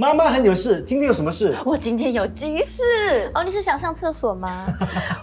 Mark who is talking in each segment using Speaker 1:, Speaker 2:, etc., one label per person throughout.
Speaker 1: 妈妈很有事，今天有什么事？
Speaker 2: 我今天有急事哦，你是想上厕所吗？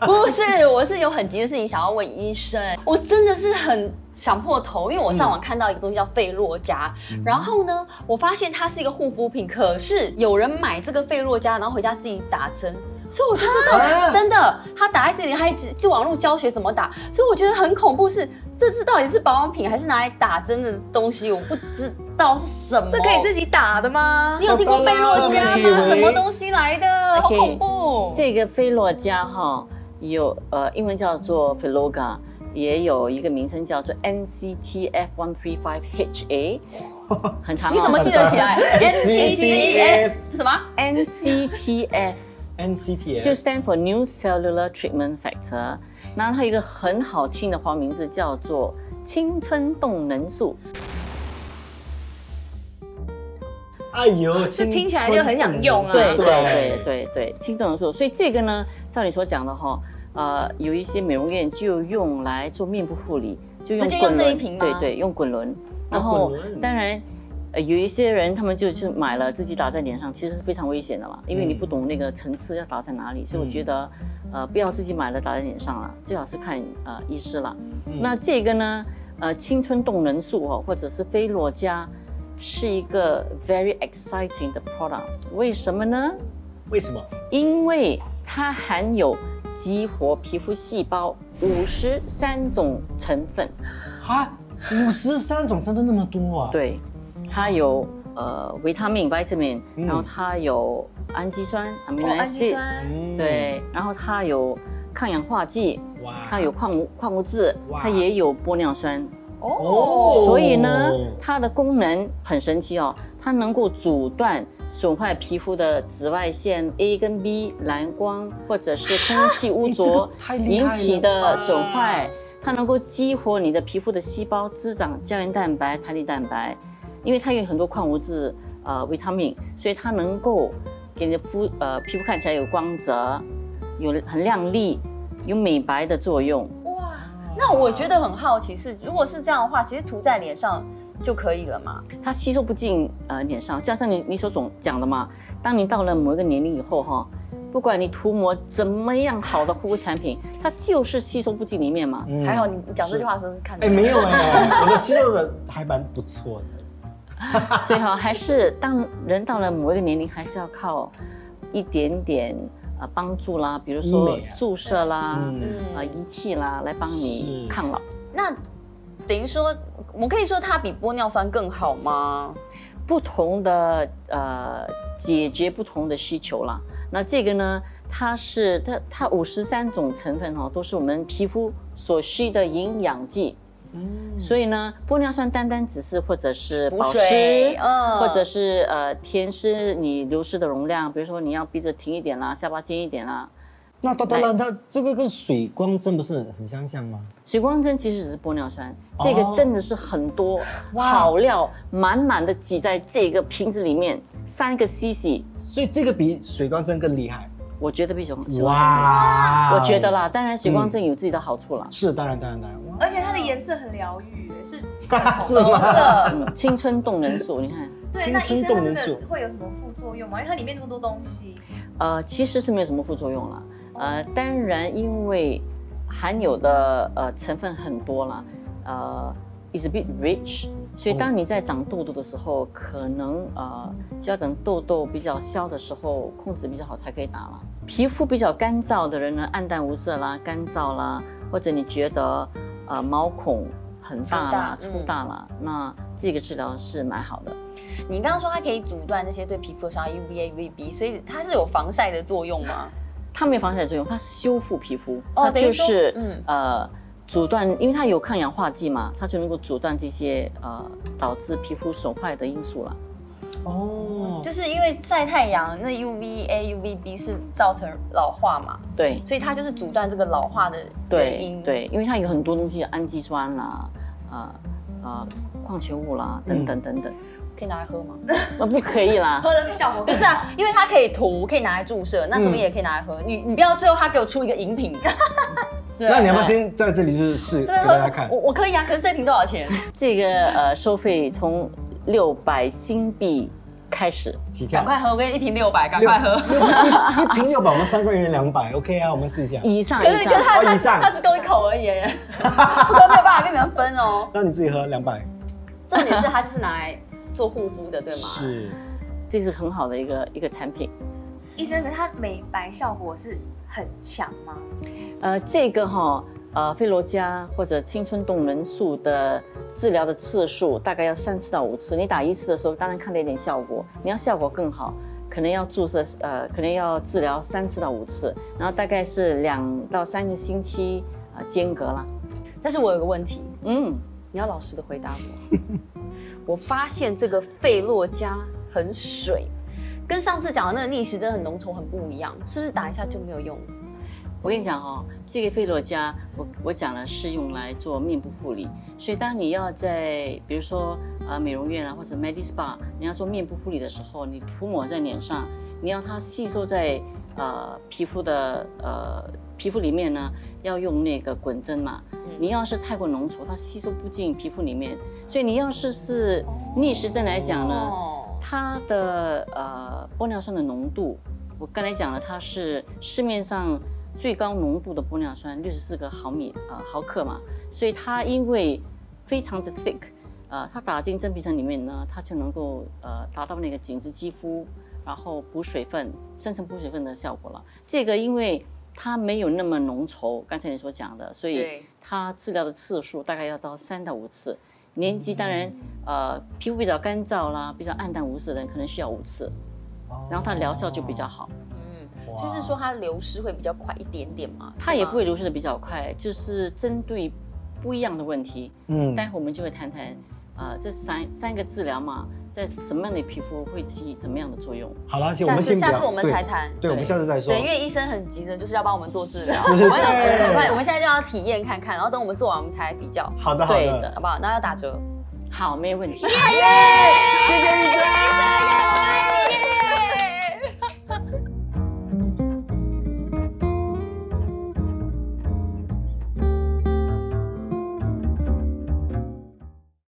Speaker 2: 不是，我是有很急的事情想要问医生。我真的是很想破头，因为我上网看到一个东西叫费洛嘉，
Speaker 1: 嗯
Speaker 2: 然后呢，我发现它是一个护肤品，可是有人买这个费洛嘉，然后回家自己打针。所以我就知
Speaker 3: 哦
Speaker 2: 道，
Speaker 1: 啊
Speaker 2: 真的，他打在自己，还就网络教学怎么打，所以我觉得很恐怖是，这是到底是保养品还是拿来打针的东西，我不知道是什么。
Speaker 4: 这可以自己打的吗
Speaker 2: 你？有听过费洛嘉
Speaker 1: 好的啦
Speaker 2: 吗？什么东西来的？好
Speaker 3: OK
Speaker 2: 恐怖！
Speaker 3: 这个菲洛嘉哈有呃英文叫做 f i l o g a 也有一个名称叫做 NCTF one three five HA，很长、哦。
Speaker 2: 你怎么记得起来
Speaker 1: NCTF
Speaker 2: ？NTCF E
Speaker 3: E
Speaker 2: 什么？
Speaker 3: NCTF
Speaker 1: NCT
Speaker 3: 就 stand for New Cellular Treatment Factor，那它有一个很好听的华文名字叫做青春动能素。
Speaker 1: 哎呦，
Speaker 4: 这听起来就很想用啊
Speaker 3: 对
Speaker 1: 对
Speaker 3: 对对对，轻动能素。所以这个呢，照你所讲的哈、呃，有一些美容院就用来做面部护理，就用
Speaker 2: 直接
Speaker 3: 滚
Speaker 2: 用这一
Speaker 3: 轮
Speaker 2: 瓶吗
Speaker 3: 对对，用滚轮。
Speaker 1: 哦
Speaker 3: 然后
Speaker 1: 滚轮
Speaker 3: 当然，呃，有一些人他们就去买了自己打在脸上，其实是非常危险的嘛，因为你
Speaker 1: 嗯
Speaker 3: 不懂那个层次要打在哪里，所以我
Speaker 1: 嗯
Speaker 3: 觉得，呃，不要自己买了打在脸上了，最好是看呃医师了。
Speaker 1: 嗯
Speaker 3: 那这个呢，呃，青春动能素哦，或者是菲洛嘉，是一个 very exciting 的 product。为什么呢？
Speaker 1: 为什么？
Speaker 3: 因为它含有激活皮肤细胞五十三种成分，
Speaker 1: 啊，五十三种成分那么多啊？，
Speaker 3: 对，它有呃维他命 vitamin，
Speaker 1: 嗯
Speaker 3: 然后它有氨基酸 amino
Speaker 4: 氨基
Speaker 3: acid，
Speaker 4: 酸，
Speaker 1: 嗯，
Speaker 3: 对，然后它有抗氧化剂，
Speaker 1: 哇
Speaker 3: 它有矿物矿物质，
Speaker 1: 哇
Speaker 3: 它也有玻尿酸。
Speaker 1: 哦
Speaker 3: 所以呢，它的功能很神奇哦，它能够阻断损坏皮肤的紫外线 A 跟 B、蓝光或者是空气污
Speaker 1: 哎 这
Speaker 3: 浊
Speaker 1: 个太厉
Speaker 3: 引
Speaker 1: 害
Speaker 3: 起
Speaker 1: 了
Speaker 3: 的
Speaker 1: 吧
Speaker 3: 损坏，它能够激活你的皮肤的细胞滋长胶原蛋白、弹力蛋白，因为它有很多矿物质、呃维他命，所以它能够给你的肤呃皮肤看起来有光泽，有很亮丽，有美白的作用。
Speaker 2: 哇！
Speaker 1: 嗯
Speaker 2: 那我觉得很好奇是，如果是这样的话，其实涂在脸上就可以了嘛？
Speaker 3: 它吸收不进呃脸上，就像你你所总讲的嘛，当你到了某一个年龄以后哈，不管你涂抹怎么样好的护肤产品，它就是吸收不进里 面嘛。
Speaker 1: 嗯
Speaker 2: 还好你你讲这句话的时候是看
Speaker 1: 哎，
Speaker 2: 的。
Speaker 1: 没有哎，我的吸收的还蛮不错的。
Speaker 3: 所以哈，还是当人到了某一个年龄，还是要靠一点点呃帮助啦，比如说
Speaker 1: 医美啊
Speaker 3: 注射啦、
Speaker 1: 嗯，
Speaker 3: 啊
Speaker 2: 嗯，
Speaker 3: 仪器啦，来帮
Speaker 1: 是
Speaker 3: 你抗老。
Speaker 2: 那等于说，我可以说它比玻尿酸更好吗？
Speaker 3: 不同的呃解决不同的需求啦。那这个呢，它是它它五十三种成分哦，都是我们皮肤所需的营养剂。所以呢，玻尿酸单单只是或者是
Speaker 2: 补
Speaker 3: 保
Speaker 2: 水
Speaker 3: 湿，
Speaker 2: 嗯
Speaker 3: 或者是呃填湿你流失的容量，比如说你要鼻子挺一点啦，下巴尖一点啦。
Speaker 1: 那当当然，它这个跟水光针不是很相像吗？
Speaker 3: 水光针其实只是玻尿酸，这个
Speaker 1: 哦
Speaker 3: 真的是很多
Speaker 1: 哇
Speaker 3: 好料满满的挤在这个瓶子里面，三个 CC，
Speaker 1: 所以这个比水光针更厉害。
Speaker 3: 我觉得比水光水光针好
Speaker 1: 哇，
Speaker 3: 我觉得啦，当然水光针有自己的好处啦，
Speaker 1: 是，当然当然当然哇
Speaker 4: 而且它的颜色很疗愈， 是，哦
Speaker 1: 是吗？
Speaker 2: 色
Speaker 3: 嗯，青春动人素，你看，
Speaker 4: 对，
Speaker 1: 青
Speaker 4: 那医
Speaker 1: 春
Speaker 4: 生它
Speaker 1: 动
Speaker 4: 这
Speaker 1: 能素
Speaker 4: 个会有什么副作用吗？因为它里面那么多东西，
Speaker 3: 呃，其实是没有什么副作用啦，呃，当然因为含有的呃成分很多啦，呃，is a bit rich，所以当你在长痘痘的时候，可能呃就要等痘痘比较消的时候，控制的比较好才可以打了。皮肤比较干燥的人呢，暗淡无色啦，干燥啦，或者你觉得呃毛孔很大啦、
Speaker 2: 粗
Speaker 3: 粗
Speaker 2: 大嗯
Speaker 3: 大啦，那这个治疗是蛮好的。
Speaker 2: 你刚刚说它可以阻断这些对皮肤有伤害 UVA、UVB，所以它是有防晒的作用吗？
Speaker 3: 它没有防晒作用，它修复皮肤，
Speaker 2: 哦
Speaker 3: 它
Speaker 2: 等于
Speaker 3: 就
Speaker 2: 说
Speaker 3: 是
Speaker 2: 嗯
Speaker 3: 呃阻断，因为它有抗氧化剂嘛，它就能够阻断这些呃导致皮肤损坏的因素了。
Speaker 1: 哦，
Speaker 2: 就是因为晒太阳，那 UVA、UVB 是造成老化嘛，
Speaker 3: 对
Speaker 2: 所以它就是阻断这个老化的原
Speaker 3: 对
Speaker 2: 因。，
Speaker 3: 对，因为它有很多东西，氨基酸啦，啊、呃、啊、矿泉物啦
Speaker 2: 嗯
Speaker 3: 等等等等，
Speaker 2: 可以拿来喝吗？
Speaker 3: 那、不可以啦。
Speaker 4: 喝了效 果
Speaker 2: 不是啊，因为它可以涂，可以拿来注射，那是不是也可以拿来喝？你你不要最后它给我出一个饮 品。对
Speaker 1: 嗯
Speaker 2: 啊
Speaker 1: 那你要不要先在这里就是试
Speaker 2: 这
Speaker 1: 给
Speaker 2: 边
Speaker 1: 大家看
Speaker 2: 喝？我我 可以啊，可是这瓶多少钱？
Speaker 3: 这个呃收费从六百新币开始，
Speaker 1: 起跳
Speaker 2: 赶，快喝，我给你一瓶六百，赶快喝。
Speaker 1: 一瓶六百，我们三个人两百，OK 啊，我们试一下。
Speaker 3: 以上
Speaker 2: 可
Speaker 3: 以
Speaker 2: 是
Speaker 3: 上
Speaker 2: 可是他
Speaker 1: 哦
Speaker 2: 他
Speaker 1: 以上
Speaker 2: 他只够一口而已， 不过没有办法跟你们分哦。
Speaker 1: 那你自己喝两百，
Speaker 2: 重点是他就是拿来做护肤的，对吗？
Speaker 1: 是
Speaker 3: 这是很好的一个一个产品。
Speaker 4: 医生，可是它美白效果是很强吗？
Speaker 3: 呃，这个哈、呃，菲罗嘉或者青春动能素的治疗的次数大概要三次到五次。你打一次的时候，当然看到一点效果，你要效果更好，可能要注射呃，可能要治疗三次到五次，然后大概是两到三个星期啊、呃间隔啦。
Speaker 2: 但是我有个问题，
Speaker 3: 嗯，
Speaker 2: 你要老实的回答我。 我发现这个费洛嘉很水，跟上次讲的那个逆时针很浓稠很不一样，是不是打一下就没有用？
Speaker 3: 我跟你讲哦，这个菲洛嘉，我我讲了是用来做面部护理，所以当你要在比如说呃美容院啊或者 Medi Spa，你要做面部护理的时候，你涂抹在脸上，你要它吸收在呃皮肤的呃皮肤里面呢，要用那个滚针嘛。你要是太过浓稠，它吸收不进皮肤里面，所以你要是是逆时针来讲呢，
Speaker 2: 哦，
Speaker 3: 它的呃玻尿酸的浓度，我刚才讲了，它是市面上最高浓度的玻尿酸，六十四个毫米呃毫克嘛，所以它因为非常的 thick，呃，它打进真皮层里面呢，它就能够呃达到那个紧致肌肤，然后补水分、深层补水分的效果了。这个因为它没有那么浓稠，刚才你所讲的，所以
Speaker 2: 对
Speaker 3: 它治疗的次数大概要到三到五次。年纪当然，呃，皮肤比较干燥啦，比较暗淡无色的人可能需要五次，然后它疗效就比较好，
Speaker 2: 嗯，
Speaker 1: 哇
Speaker 2: 就是说它流失会比较快一点点嘛，
Speaker 3: 它也不
Speaker 2: 是
Speaker 3: 会流失的比较快，就是针对不一样的问题。
Speaker 1: 嗯
Speaker 3: 待会我们就会谈谈，呃，这三三个治疗嘛，在什么样的皮肤会起怎么样的作用？
Speaker 1: 好了，先我
Speaker 2: 吗。下
Speaker 1: 们
Speaker 2: 次
Speaker 1: 先不
Speaker 2: 下
Speaker 1: 要
Speaker 2: 次我们才谈。
Speaker 1: 对，对我们下次再说
Speaker 2: 对，。因为医生很急着就是要帮我们做治疗，我
Speaker 1: 是
Speaker 2: 们我
Speaker 1: 对
Speaker 2: 们快我们现在就要体验看看，然后等我们做完我们才比较，
Speaker 1: 好的，好
Speaker 3: 对
Speaker 1: 的
Speaker 3: 的。
Speaker 2: 好不好？那要打折。
Speaker 3: 好，没有问题。
Speaker 1: 谢谢医生。